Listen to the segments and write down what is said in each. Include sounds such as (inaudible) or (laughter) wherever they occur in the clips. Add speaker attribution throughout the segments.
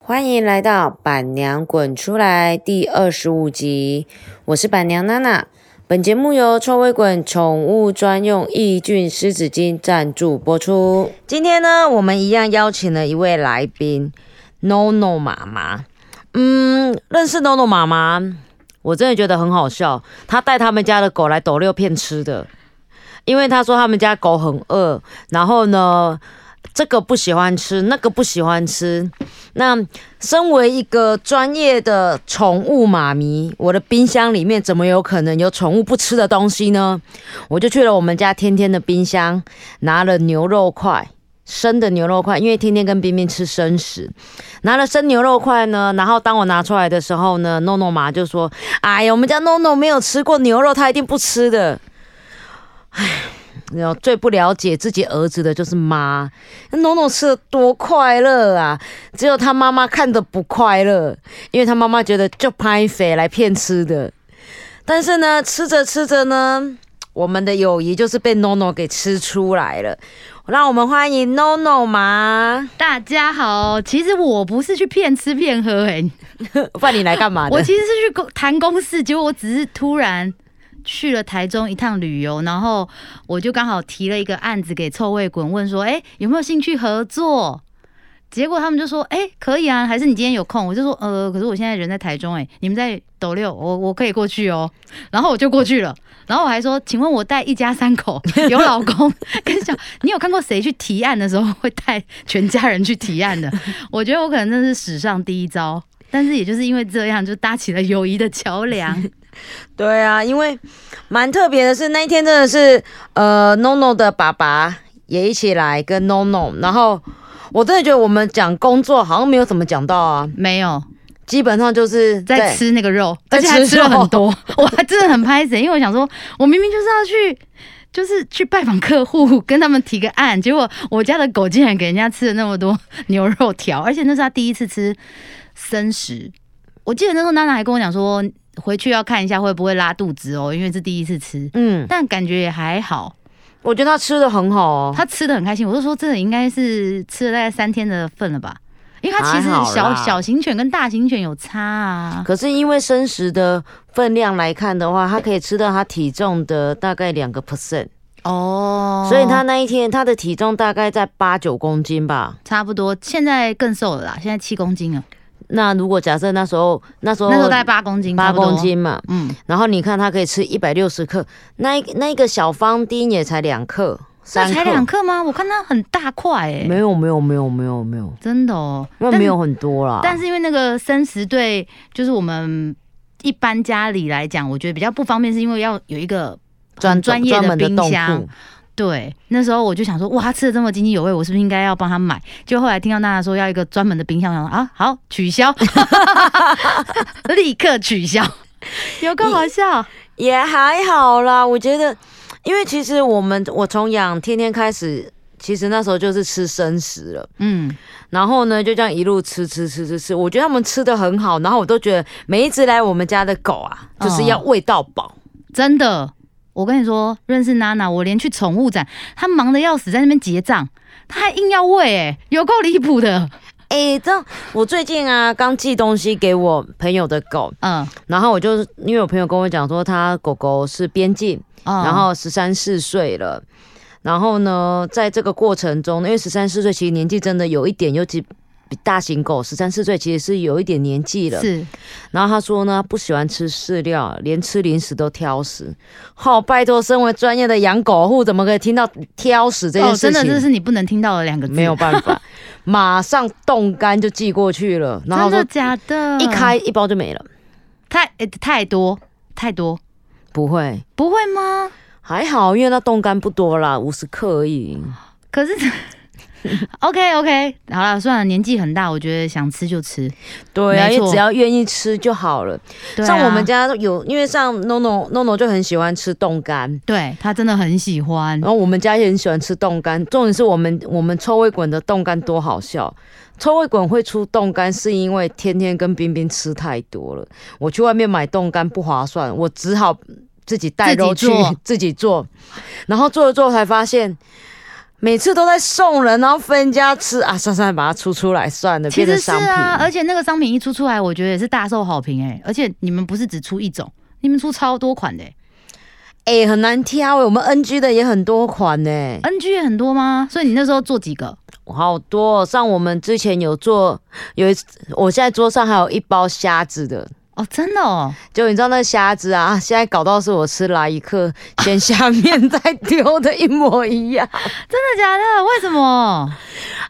Speaker 1: 欢迎来到《板娘滚出来》第二十五集，我是板娘娜娜。本节目由臭味滚宠物专用抑菌湿纸巾赞助播出。
Speaker 2: 今天呢，我们一样邀请了一位来宾，NoNo 妈妈。嗯，认识 NoNo 妈妈，我真的觉得很好笑。她带他们家的狗来抖六片吃的，因为她说他们家狗很饿，然后呢，这个不喜欢吃，那个不喜欢吃。那身为一个专业的宠物妈咪，我的冰箱里面怎么有可能有宠物不吃的东西呢？我就去了我们家天天的冰箱，拿了牛肉块，生的牛肉块，因为天天跟冰冰吃生食，拿了生牛肉块呢。然后当我拿出来的时候呢，NONO 妈就说：“哎呀，我们家 NONO 没有吃过牛肉，她一定不吃的。”哎，然后最不了解自己儿子的就是妈，NONO 吃的多快乐啊！只有他妈妈看的不快乐，因为他妈妈觉得就拍肥来骗吃的。但是呢，吃着吃着呢，我们的友谊就是被 NONO 给吃出来了。让我们欢迎 NONO 妈，
Speaker 3: 大家好，其实我不是去骗吃骗喝、欸，
Speaker 2: 不然你来干嘛
Speaker 3: 我
Speaker 2: 的？
Speaker 3: 其实是去公谈公事，结果我只是突然去了台中一趟旅游，然后我就刚好提了一个案子给臭味滚，问说，哎、有没有兴趣合作？结果他们就说，哎、可以啊，还是你今天有空？我就说，呃，可是我现在人在台中、欸，哎，你们在斗六，我我可以过去哦。然后我就过去了，然后我还说，请问我带一家三口，有老公跟小，你有看过谁去提案的时候会带全家人去提案的？我觉得我可能真的是史上第一招。但是也就是因为这样，就搭起了友谊的桥梁。
Speaker 2: (laughs) 对啊，因为蛮特别的是那一天真的是呃 NONO 的爸爸也一起来跟 NONO，然后我真的觉得我们讲工作好像没有怎么讲到啊，
Speaker 3: 没有
Speaker 2: 基本上就是
Speaker 3: 在。吃那个肉，
Speaker 2: 在
Speaker 3: 而且还
Speaker 2: 吃
Speaker 3: 吃
Speaker 2: 肉
Speaker 3: 了很多， (laughs) 我还真的很拍死，因为我想说，我明明就是要去。就是去拜访客户，跟他们提个案，结果我家的狗竟然给人家吃了那么多 (laughs) 牛肉条，而且那是他第一次吃生食。我记得那时候娜娜还跟我讲说，回去要看一下会不会拉肚子哦，因为是第一次吃，
Speaker 2: 嗯，
Speaker 3: 但感觉也还好。
Speaker 2: 我觉得他吃的很好哦。
Speaker 3: 他吃的很开心，我就说这应该是吃了大概三天的份了吧，因为它其实
Speaker 2: 还好
Speaker 3: 小
Speaker 2: 啦
Speaker 3: 小型犬跟大型犬有差啊。
Speaker 2: 可是因为生食的分量来看的话，他可以吃到他体重的大概两个 percent，
Speaker 3: 哦
Speaker 2: 所以他那一天他的体重大概在八九公斤吧。
Speaker 3: 差不多，现在更瘦了啦，现在七公斤了，
Speaker 2: 那如果假设那时候那时候
Speaker 3: 那时候大概八公
Speaker 2: 哦
Speaker 3: 斤，
Speaker 2: 八
Speaker 3: 差不多
Speaker 2: 公。斤嘛，
Speaker 3: 嗯，
Speaker 2: 然后你看他可以吃一百六十克，那一那一个小方丁也才两克，
Speaker 3: 那
Speaker 2: 三克，
Speaker 3: 才两克吗？我看它很大块哎、
Speaker 2: 没有没有没有没有没有，
Speaker 3: 真的哦。
Speaker 2: 因为没有很多啦。
Speaker 3: 但是因为那个生食对，就是我们一般家里来讲，我觉得比较不方便，是因为要有一个很专业
Speaker 2: 专
Speaker 3: 的
Speaker 2: 门
Speaker 3: 冰
Speaker 2: 冻
Speaker 3: 箱
Speaker 2: 库。，
Speaker 3: 对，那时候我就想说，哇，他吃的这么津津有味，我是不是应该要帮他买？就后来听到娜娜说要一个专门的冰箱，我想说啊，好，
Speaker 2: (laughs)
Speaker 3: 取消，立刻取消，有够好笑。
Speaker 2: 也还好啦，我觉得，因为其实我们我从养天天开始，其实那时候就是吃生食了，
Speaker 3: 嗯，
Speaker 2: 然后呢就这样一路吃吃吃吃吃，我觉得他们吃的很好，然后我都觉得每一只来我们家的狗啊，
Speaker 3: 嗯
Speaker 2: 就是要喂到饱。
Speaker 3: 真的，我跟你说，认识娜娜，我连去宠物展，她忙得要死，在那边结账，她还硬要喂、哎，有够离谱的。
Speaker 2: 哎、这样我最近啊刚寄东西给我朋友的狗，
Speaker 3: 嗯，
Speaker 2: 然后我就因为我朋友跟我讲说他狗狗是边境，
Speaker 3: 嗯
Speaker 2: 然后十三四岁了。然后呢，在这个过程中，因为十三四岁其实年纪真的有一点，尤其比大型狗十三四岁其实是有一点年纪了。
Speaker 3: 是
Speaker 2: 然后他说呢，不喜欢吃饲料，连吃零食都挑食。好、拜托，身为专业的养狗户，怎么可以听到挑食这件
Speaker 3: 哦，
Speaker 2: 事
Speaker 3: 真
Speaker 2: 情？
Speaker 3: 的，这是你不能听到的两个字，
Speaker 2: 没有，办
Speaker 3: (laughs)
Speaker 2: 法，马上冻干就寄过去了。然后
Speaker 3: 真
Speaker 2: 他
Speaker 3: 的
Speaker 2: 说
Speaker 3: 假的？
Speaker 2: 一开一包就没了，
Speaker 3: 太、哎太多太多，
Speaker 2: 不会。
Speaker 3: 不会吗？
Speaker 2: 还好，因为它冻干不多啦，五十克而已。
Speaker 3: 可是 (laughs) ，OK OK，好了，算了，年纪很大，我觉得想吃就吃。
Speaker 2: 对啊，
Speaker 3: 没
Speaker 2: 因
Speaker 3: 错
Speaker 2: 为只要愿意吃就好了。
Speaker 3: 对啊
Speaker 2: 像我们，家有，因为像 NONO NONO 就很喜欢吃冻干，
Speaker 3: 对他真的很喜欢
Speaker 2: 然，后我们家也很喜欢吃冻干。重点是我们我们臭味滚的冻干多好笑，臭味滚会出冻干是因为天天跟冰冰吃太多了。我去外面买冻干不划算，我只好自己带肉去 (laughs)
Speaker 3: 自己做
Speaker 2: 自己做，然后做着做着才发现。每次都在送人，然后分家吃啊，算算把它出出来算了，
Speaker 3: 其
Speaker 2: 变
Speaker 3: 实
Speaker 2: 成
Speaker 3: 是
Speaker 2: 商品。
Speaker 3: 啊，而且那个商品一出出来，我觉得也是大受好评哎、而且你们不是只出一种，你们出超多款的、欸、
Speaker 2: 哎、很难挑、我们 NG 的也很多款呢、
Speaker 3: ，NG 也很多吗？所以你那时候做几个？
Speaker 2: 好多、哦。像我们之前有做有一次，我现在桌上还有一包虾子的，
Speaker 3: 哦，真的哦，
Speaker 2: 就你知道那虾子啊， (laughs) 现在搞到是我吃来一克咸虾面再丢的一模一样，
Speaker 3: 真的假的？为什么？
Speaker 2: (laughs)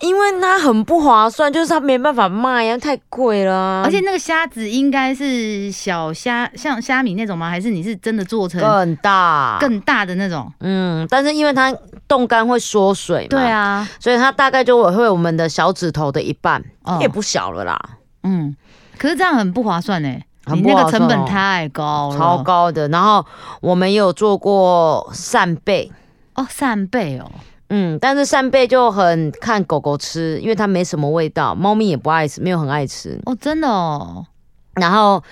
Speaker 2: 因为它很不划算，就是它没办法卖呀、太贵了啊、
Speaker 3: 而且那个虾子应该是小虾，像虾米那种吗？还是你是真的做成
Speaker 2: 更大，
Speaker 3: 更大的那种？
Speaker 2: 嗯，但是因为它冻干会缩水嘛，
Speaker 3: 对，啊，
Speaker 2: 所以它大概就会我们的小指头的一半，
Speaker 3: 哦
Speaker 2: 也不小了啦，
Speaker 3: 嗯，可是这样很不划算哎、
Speaker 2: 很
Speaker 3: 你
Speaker 2: 不
Speaker 3: 那
Speaker 2: 划
Speaker 3: 个
Speaker 2: 算
Speaker 3: 成本
Speaker 2: 哦
Speaker 3: 太高了，
Speaker 2: 超高的。然后我们也有做过扇贝。
Speaker 3: 哦，扇贝哦，
Speaker 2: 嗯，但是扇贝就很看狗狗吃，因为它没什么味道，猫咪也不爱吃，没有很爱吃。
Speaker 3: 哦，真的哦，
Speaker 2: 然后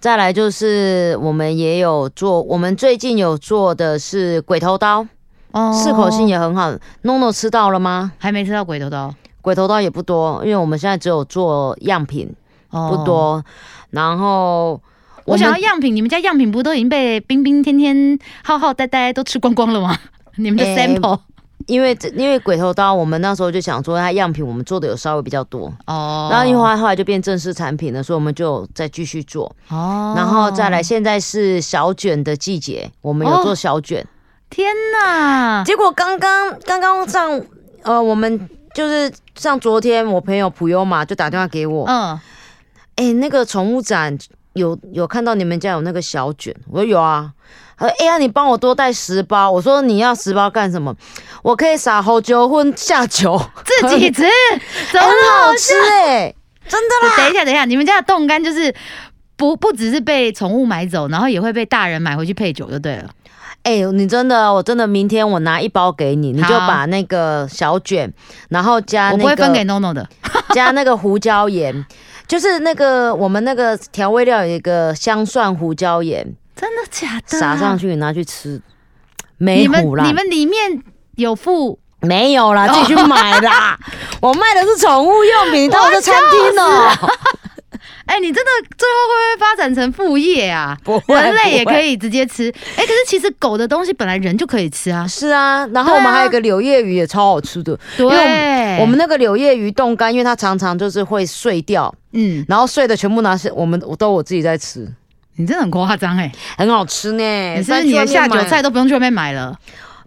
Speaker 2: 再来就是我们也有做，我们最近有做的是鬼头刀，
Speaker 3: 哦，
Speaker 2: 适口性也很好。NONO 吃到了吗？
Speaker 3: 还没吃到鬼头哦刀，
Speaker 2: 鬼头刀也不多，因为我们现在只有做样品，
Speaker 3: 哦，
Speaker 2: 不多。然后
Speaker 3: 我想要
Speaker 2: 们
Speaker 3: 样品，你们家样品不都已经被冰冰、天天、浩浩、呆呆都吃光光了吗？你们
Speaker 2: (laughs)
Speaker 3: 的
Speaker 2: 诶
Speaker 3: sample、
Speaker 2: 因为这因为鬼头刀，我们那时候就想说它样品我们做的有稍微比较多，
Speaker 3: 哦
Speaker 2: 然后因为它后来就变正式产品了，所以我们就再继续做。
Speaker 3: 哦
Speaker 2: 然后再来，，现在是小卷的季节，我们有做小卷。
Speaker 3: 天哪！
Speaker 2: 哦结果刚刚刚刚上，呃，我们就是上昨天，我朋友普悠玛就打电话给我，哎、
Speaker 3: 嗯，
Speaker 2: 那个宠物展有有看到你们家有那个小卷，我说有啊。他说：“哎、呀、你帮我多带十包。”我说：“你要十包干什么？我可以撒猴酒混下酒，
Speaker 3: 自己
Speaker 2: (laughs)
Speaker 3: 吃，怎
Speaker 2: 很
Speaker 3: 么了？
Speaker 2: 好吃哎、真的啦。
Speaker 3: 等一下，等一下，你们家的冻干就是不不只是被宠物买走，然后也会被大人买回去配酒就对了。
Speaker 2: 哎、你真的，我真的，明天我拿一包给你，你就
Speaker 3: 好
Speaker 2: 把那个小卷，然后加
Speaker 3: 我
Speaker 2: 啊那个
Speaker 3: 不会分给 NONO 的。
Speaker 2: (laughs) 加那个胡椒盐，就是那个我们那个调味料有一个香蒜胡椒盐，
Speaker 3: 真的假的、啊
Speaker 2: 撒上。去拿去吃，没
Speaker 3: 你们
Speaker 2: 糊啦，
Speaker 3: 你们里哦面有附
Speaker 2: 没有啦，自己去买
Speaker 3: (laughs)
Speaker 2: 啦。我卖的是宠物用品，你当我是餐厅哦、
Speaker 3: 哎、你真的最后会不会发展成副业啊？
Speaker 2: (laughs) 不会
Speaker 3: 人类也
Speaker 2: 不会
Speaker 3: 可以直接吃，哎、可是其实狗的东西本来人就可以吃啊。
Speaker 2: 是啊，然后我们
Speaker 3: 对啊
Speaker 2: 还有一个柳叶鱼也超好吃的，
Speaker 3: 对，啊
Speaker 2: 为我们那个柳叶鱼冻干，因为它常常就是会碎掉，
Speaker 3: 嗯，
Speaker 2: 然后碎的全部拿是我们我都我自己在吃，
Speaker 3: 你真的很夸张哎，
Speaker 2: 很好吃呢。
Speaker 3: 你是不是你的下酒菜都不用去外面买了，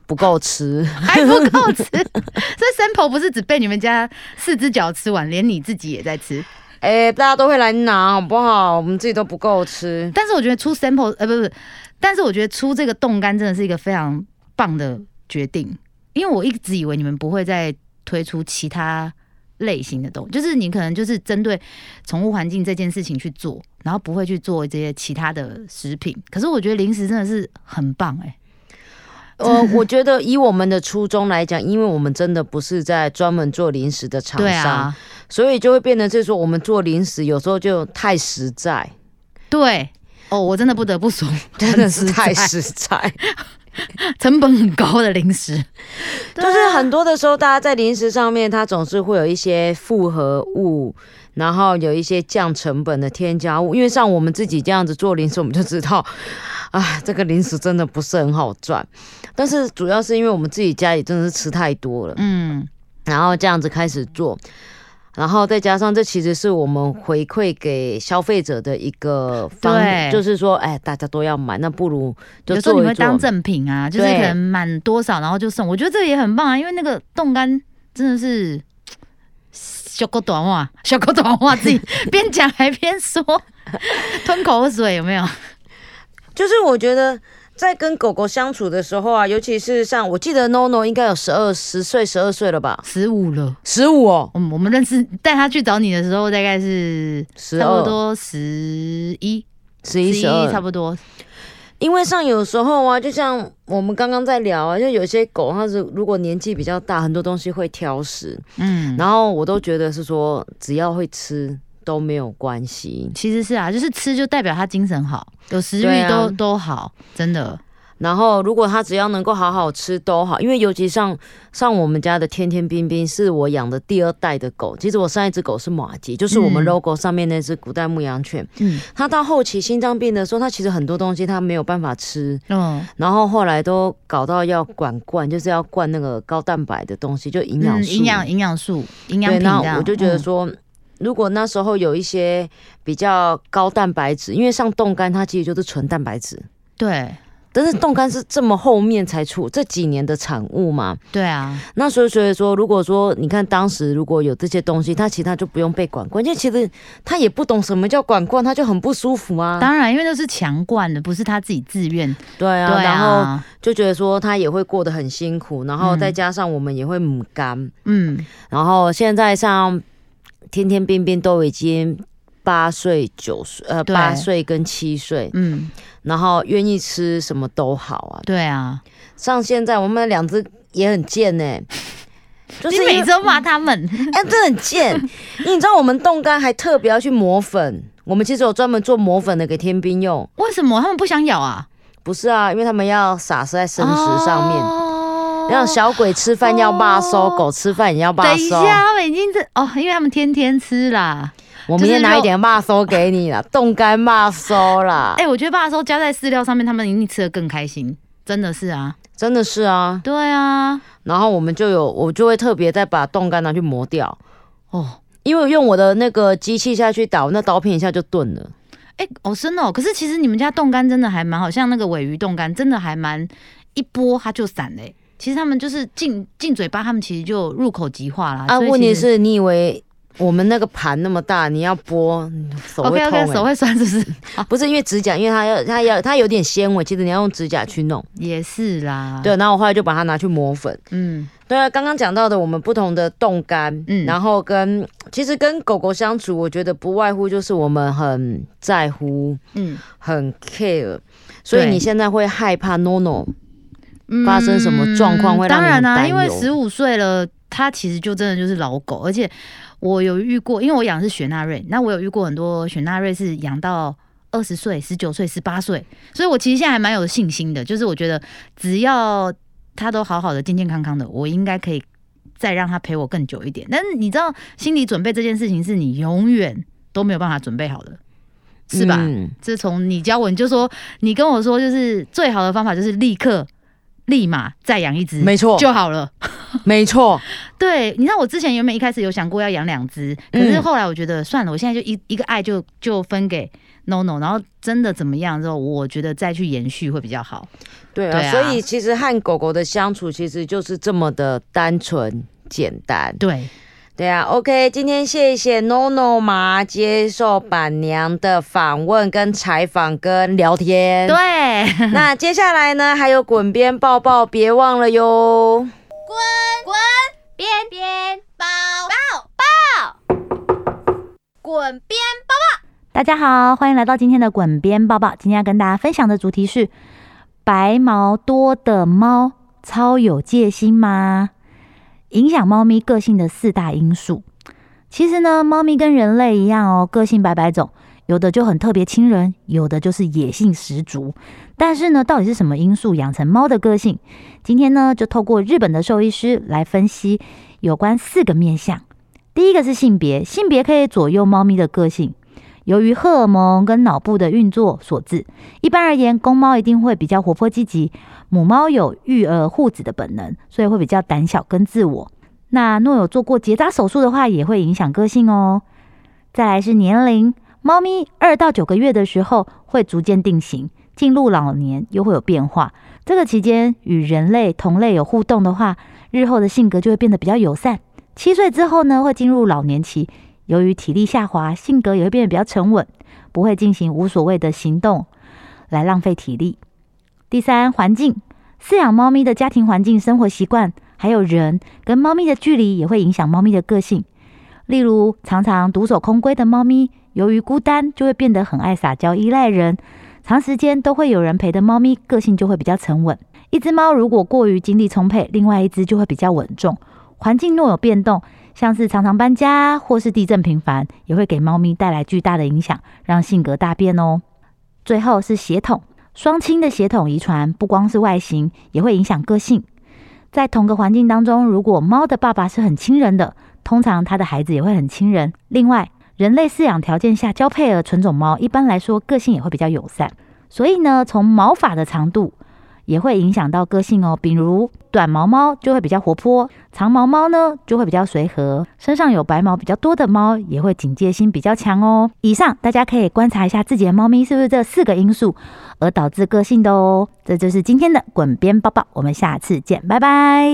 Speaker 2: 不够吃？(laughs)
Speaker 3: (laughs) 还不够 (laughs) 吃？所以 sample 不是只被你们家四只脚吃完，连你自己也在吃。
Speaker 2: 哎、大家都会来拿，好不好？我们自己都不够吃。
Speaker 3: 但是我觉得出 sample 呃不不，但是我觉得出这个冻干真的是一个非常棒的决定，因为我一直以为你们不会再推出其他类型的东就是你可能就是针对宠物环境这件事情去做，然后不会去做这些其他的食品。可是我觉得零食真的是很棒哎、
Speaker 2: 呃，我觉得以我们的初衷来讲，因为我们真的不是在专门做零食的厂
Speaker 3: 对
Speaker 2: 商，
Speaker 3: 啊，
Speaker 2: 所以就会变成是说，我们做零食有时候就太实在，
Speaker 3: 对。哦，我真的不得不说， (laughs)
Speaker 2: 真的是太
Speaker 3: 很实
Speaker 2: 实在。
Speaker 3: 成本很高的零食，啊
Speaker 2: 就是很多的时候，大家在零食上面，它总是会有一些复合物，然后有一些降成本的添加物。因为像我们自己这样子做零食，我们就知道，啊，这个零食真的不是很好赚。但是主要是因为我们自己家里真的是吃太多了，
Speaker 3: 嗯，
Speaker 2: 然后这样子开始做。然后再加上，这其实是我们回馈给消费者的一个方，
Speaker 3: 对
Speaker 2: 就是说，哎，大家都要买，那不如就
Speaker 3: 有时
Speaker 2: 做
Speaker 3: 候
Speaker 2: 一
Speaker 3: 你会当
Speaker 2: 做。
Speaker 3: 赠品啊，就是
Speaker 2: 对
Speaker 3: 可能满多少然后就送，我觉得这个也很棒啊，因为那个冻干真的是小狗短袜，小狗短袜
Speaker 2: (laughs)
Speaker 3: 自己边讲还边说，吞口水有没有？
Speaker 2: 就是我觉得在跟狗狗相处的时候啊，尤其是像我记得 NONO 应该有十二十岁、十二岁了吧，
Speaker 3: 十五了，
Speaker 2: 十五哦，
Speaker 3: 嗯，我们认识带他去找你的时候大概是
Speaker 2: 十
Speaker 3: 差不
Speaker 2: 二、
Speaker 3: 多十一，
Speaker 2: 十
Speaker 3: 十
Speaker 2: 一、
Speaker 3: 一
Speaker 2: 十
Speaker 3: 差
Speaker 2: 二。
Speaker 3: 不多，
Speaker 2: 因为像有时候啊，就像我们刚刚在聊啊，就有些狗它是如果年纪比较大，很多东西会挑食，
Speaker 3: 嗯，
Speaker 2: 然后我都觉得是说只要会吃都没有关系。
Speaker 3: 其实是啊，就是吃就代表他精神好，有食
Speaker 2: 对
Speaker 3: 欲
Speaker 2: 啊
Speaker 3: 都、都好，真的，
Speaker 2: 然后如果它只要能够好好吃都好，因为尤其像像我们家的天天冰冰是我养的第二代的狗，其实我上一只狗是马吉，就是我们
Speaker 3: 嗯
Speaker 2: logo 上面那只古代牧羊犬，
Speaker 3: 嗯
Speaker 2: 它到后期心脏病的时候，它其实很多东西它没有办法吃，
Speaker 3: 哦，
Speaker 2: 然后后来都搞到要管灌，就是要灌那个高蛋白的东西，就营养
Speaker 3: 嗯，
Speaker 2: 素、
Speaker 3: 营养营养素、营养
Speaker 2: 对，
Speaker 3: 品
Speaker 2: 那
Speaker 3: 这样
Speaker 2: 我就觉得
Speaker 3: 嗯
Speaker 2: 说，如果那时候有一些比较高蛋白质，因为像冻干它其实就是纯蛋白质，
Speaker 3: 对
Speaker 2: 但是冻干是这么后面才出这几年的产物嘛。
Speaker 3: 对啊，
Speaker 2: 那所以所以说，如果说你看当时如果有这些东西，它其实它就不用被管灌，因为其实它也不懂什么叫管灌，它就很不舒服啊。
Speaker 3: 当然，因为那是强灌的，不是他自己自愿。
Speaker 2: 对
Speaker 3: 对
Speaker 2: 啊，然后
Speaker 3: 啊，
Speaker 2: 就觉得说它也会过得很辛苦，然后
Speaker 3: 嗯
Speaker 2: 再加上我们也会母干。
Speaker 3: 嗯，
Speaker 2: 然后现在像天天冰冰都已经八岁、九岁，呃，
Speaker 3: 对
Speaker 2: 八岁跟七岁，
Speaker 3: 嗯，
Speaker 2: 然后愿意吃什么都好啊。
Speaker 3: 对啊，
Speaker 2: 像现在我们两只也很贱
Speaker 3: (laughs)
Speaker 2: 呢、就是
Speaker 3: 你
Speaker 2: 因为
Speaker 3: 每周骂他们，
Speaker 2: 哎、真的很贱。
Speaker 3: (laughs)
Speaker 2: 因为你知道我们冻干还特别要去磨粉，我们其实有专门做磨粉的给天兵用。
Speaker 3: 为什么他们不想咬啊？
Speaker 2: 不是啊，因为他们要撒在生食上面，
Speaker 3: 哦
Speaker 2: 让小鬼吃饭要骂收，
Speaker 3: 哦
Speaker 2: 狗吃饭也要骂
Speaker 3: 等一
Speaker 2: 收。
Speaker 3: 下，他们已经这哦，因为他们天天吃啦。
Speaker 2: 我明
Speaker 3: 就是
Speaker 2: 天拿
Speaker 3: 肉
Speaker 2: 一点骂收给你啦，冻干骂收啦。
Speaker 3: (laughs) 哎、我觉得爸的时候加在饲料上面，他们一定吃的更开心，真的是啊，
Speaker 2: 真的是啊，
Speaker 3: 对啊，
Speaker 2: 然后我们就有我就会特别再把冻干拿去磨掉，
Speaker 3: 哦，
Speaker 2: 因为用我的那个机器下去打，那刀片一下就钝了。
Speaker 3: 哎、哦，真的哦。可是其实你们家冻干真的还蛮好，像那个尾鱼冻干真的还蛮一剥它就散嘞、其实他们就是进进嘴巴，他们其实就入口即化啦。
Speaker 2: 啊，
Speaker 3: 所以其实
Speaker 2: 问题是你以为我们那个盘那么大，你要剥手会
Speaker 3: ，OK
Speaker 2: 痛、欸
Speaker 3: OK，手会酸是不 (laughs) 是？
Speaker 2: 不是因为指甲，因为它要它要它有点纤维，其实你要用指甲去弄。
Speaker 3: 也是啦，
Speaker 2: 对，，然后我后来就把它拿去磨粉。
Speaker 3: 嗯，
Speaker 2: 对啊，刚刚讲到的我们不同的冻干，
Speaker 3: 嗯
Speaker 2: 然后跟其实跟狗狗相处，我觉得不外乎就是我们很在乎，
Speaker 3: 嗯
Speaker 2: 很 care，所以
Speaker 3: 对
Speaker 2: 你现在会害怕 NONO。发生什么状况会让
Speaker 3: 嗯当
Speaker 2: 你
Speaker 3: 然
Speaker 2: 很
Speaker 3: 啦、
Speaker 2: 担
Speaker 3: 因为
Speaker 2: 忧
Speaker 3: 十五岁了，它其实就真的就是老狗，而且我有遇过，因为我养的是雪纳瑞，那我有遇过很多雪纳瑞是养到。二十岁、十九岁、十八岁，所以我其实现在还蛮有信心的，就是我觉得只要它都好好的、健健康康的，我应该可以再让它陪我更久一点。但是你知道，心理准备这件事情是你永远都没有办法准备好的，是吧？
Speaker 2: 嗯
Speaker 3: 自从你教我，你就说你跟我说，就是最好的方法就是立刻、立马再养一只，
Speaker 2: 没错，
Speaker 3: 嗯就好了。
Speaker 2: 没错，
Speaker 3: 对，你知道我之前原本一开始有想过要养两只，可是
Speaker 2: 嗯
Speaker 3: 后来我觉得算了，我现在就一一个爱就就分给 NONO，然后真的怎么样之后，我觉得再去延续会比较好。
Speaker 2: 对啊。
Speaker 3: 对啊
Speaker 2: 所以其实和狗狗的相处其实就是这么的单纯。简单，
Speaker 3: 对，
Speaker 2: 对啊，OK，今天谢谢 NONO 妈接受板娘的访问、跟采访、跟聊天。
Speaker 3: 对。
Speaker 2: 那接下来呢，还有滚边抱抱，别忘了哟。
Speaker 4: 滚边边包包包，滚边
Speaker 5: 大家好，欢迎来到今天的滚边抱抱。今天要跟大家分享的主题是：白毛多的猫超有戒心吗？影响猫咪个性的四大因素。其实呢，猫咪跟人类一样哦，个性百百种，有的就很特别亲人，有的就是野性十足。但是呢，到底是什么因素养成猫的个性？今天呢，就透过日本的兽医师来分析有关四个面向。第一个是性别，性别可以左右猫咪的个性。由于荷尔蒙跟脑部的运作所致，一般而言，公猫一定会比较活泼积极，母猫有育儿护子的本能，所以会比较胆小跟自我。那若有做过结扎手术的话，也会影响个性哦。再来是年龄，猫咪二到九个月的时候会逐渐定型，进入老年又会有变化。这个期间与人类同类有互动的话，日后的性格就会变得比较友善。七岁之后呢，会进入老年期，由于体力下滑，性格也会变得比较沉稳，不会进行无所谓的行动来浪费体力。第三，环境，饲养猫咪的家庭环境、生活习惯，还有人跟猫咪的距离，也会影响猫咪的个性。例如，常常独守空闺的猫咪，由于孤单，就会变得很爱撒娇、依赖人。长时间都会有人陪的猫咪，个性就会比较沉稳。一只猫如果过于精力充沛，另外一只就会比较稳重。环境若有变动，像是常常搬家或是地震频繁，也会给猫咪带来巨大的影响，让性格大变哦。最后是血统，双亲的血统遗传不光是外形，也会影响个性。在同个环境当中，如果猫的爸爸是很亲人的，通常它的孩子也会很亲人。另外，人类饲养条件下交配的纯种猫，一般来说个性也会比较友善。所以呢，从毛发的长度也会影响到个性哦。比如短毛猫就会比较活泼，长毛猫呢就会比较随和。身上有白毛比较多的猫，也会警戒心比较强哦。以上大家可以观察一下自己的猫咪是不是这四个因素而导致个性的哦。这就是今天的滚边抱抱，我们下次见，拜拜。